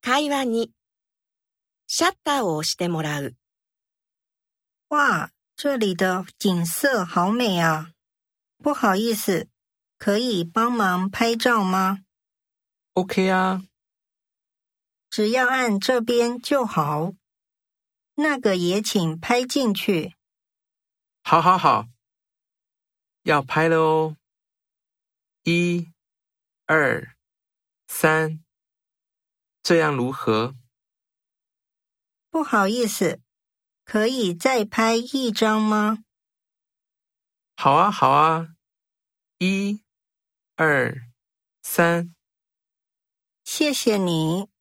会話に、シャッターを押してもらう。哇，这里的景色好美啊！不好意思，可以帮忙拍照吗？ OK 啊，只要按这边就好。那个也请拍进去。好好好，要拍了哦。一、二、三，这样如何？不好意思，可以再拍一张吗？好啊，好啊。一、二、三，谢谢你。